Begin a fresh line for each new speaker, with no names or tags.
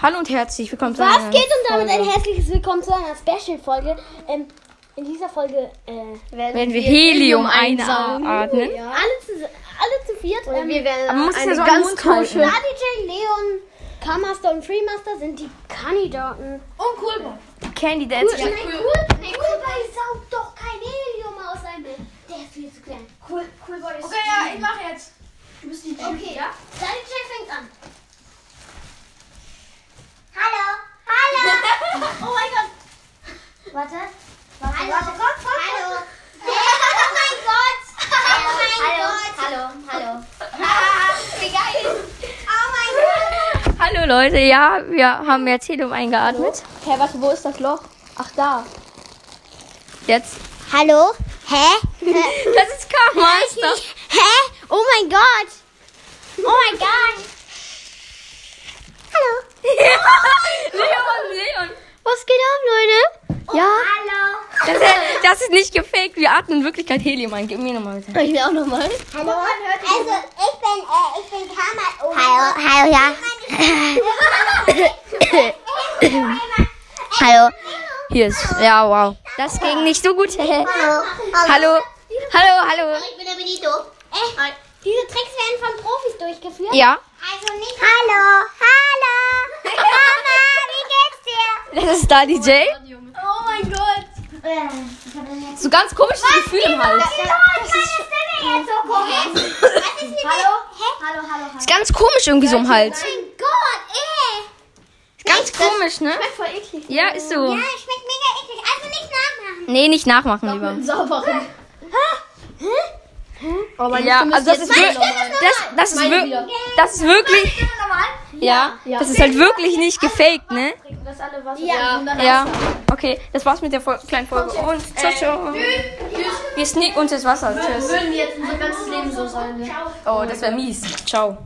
Hallo und herzlich willkommen zu
Was
einer
geht und damit ein
Folge.
herzliches Willkommen zu einer Special-Folge. Ähm, in dieser Folge äh, werden,
Wenn wir Helium einatmen.
ja. alle, zu, alle zu viert. Ähm,
Wir
Aber man
werden
muss es ja
eine
so am
ganz
Mund
komische.
halten.
Nadijay, Leon, K-Master und Freemaster sind die Kandidaten.
Und Coolboy.
Candy Dance.
Nein, cool, nee, Coolboy saugt doch kein Helium aus einem. Der ist viel zu klein. Cool, Coolboy ist
Okay, ja, ich mach jetzt. Du bist die
Okay,
ja?
Nadijay fängt an. Hallo. Hallo. oh mein Gott. Warte. Warte, hallo. warte, komm, komm. Hallo. Oh mein Gott. Hallo, oh mein hallo, Gott. hallo, hallo. Wie geil. Oh mein Gott.
Hallo Leute, ja, wir haben jetzt Helium eingeatmet.
Hä, warte, wo ist das Loch? Ach, da.
Jetzt.
Hallo? Hä?
Das ist K-Master.
Hä? Oh mein Gott. Oh mein Gott. Hallo.
ne? Leon, Leon.
Was geht ab, Leute? ja. Oh, Hallo.
Das ist, das ist nicht gefaked. Wir atmen in Wirklichkeit Helium ein. Gib mir nochmal bitte.
Ich will auch nochmal.
Hallo. Also, ich bin, äh, ich bin Kammer. Oh hallo, hallo, ja.
Hallo. Hier ist. Ja, wow. Das ging nicht so gut. hallo. Hallo, hallo.
Ich bin aber nicht doof. Äh, diese Tricks werden von Profis durchgeführt.
Ja.
Also nicht. Hallo, hallo. Mama, wie geht's dir?
Das ist da DJ.
Oh mein Gott.
So ganz halt. komisches Gefühl im Hals.
Das ist Stimme jetzt so komisch. Was ist mit Hallo? Hallo, hallo, hallo.
Ist ganz komisch irgendwie so im Hals.
Mein Gott, eh. ey.
Ist ganz komisch, ne?
Voll eklig.
Ja, ist so.
Ja, schmeckt mega eklig. Also nicht nachmachen.
Nee, nicht nachmachen lieber.
Sauberen. Oh, meine
Ja,
Stimme
also das
jetzt
ist, wir
wieder normal.
das, das, ist
Meine
wir
wieder.
das ist wirklich,
Stimme normal?
ja,
Ja.
das ist halt wirklich nicht gefaked, ne?
Das alle was.
Ja, ja.
Ja, okay, das war's mit der Fol kleinen Folge und ciao, ciao. Wir sneaken uns ins Wasser, tschüss.
Würden wir jetzt unser ganzes Leben so sein, ne?
Oh, das wäre mies, ciao.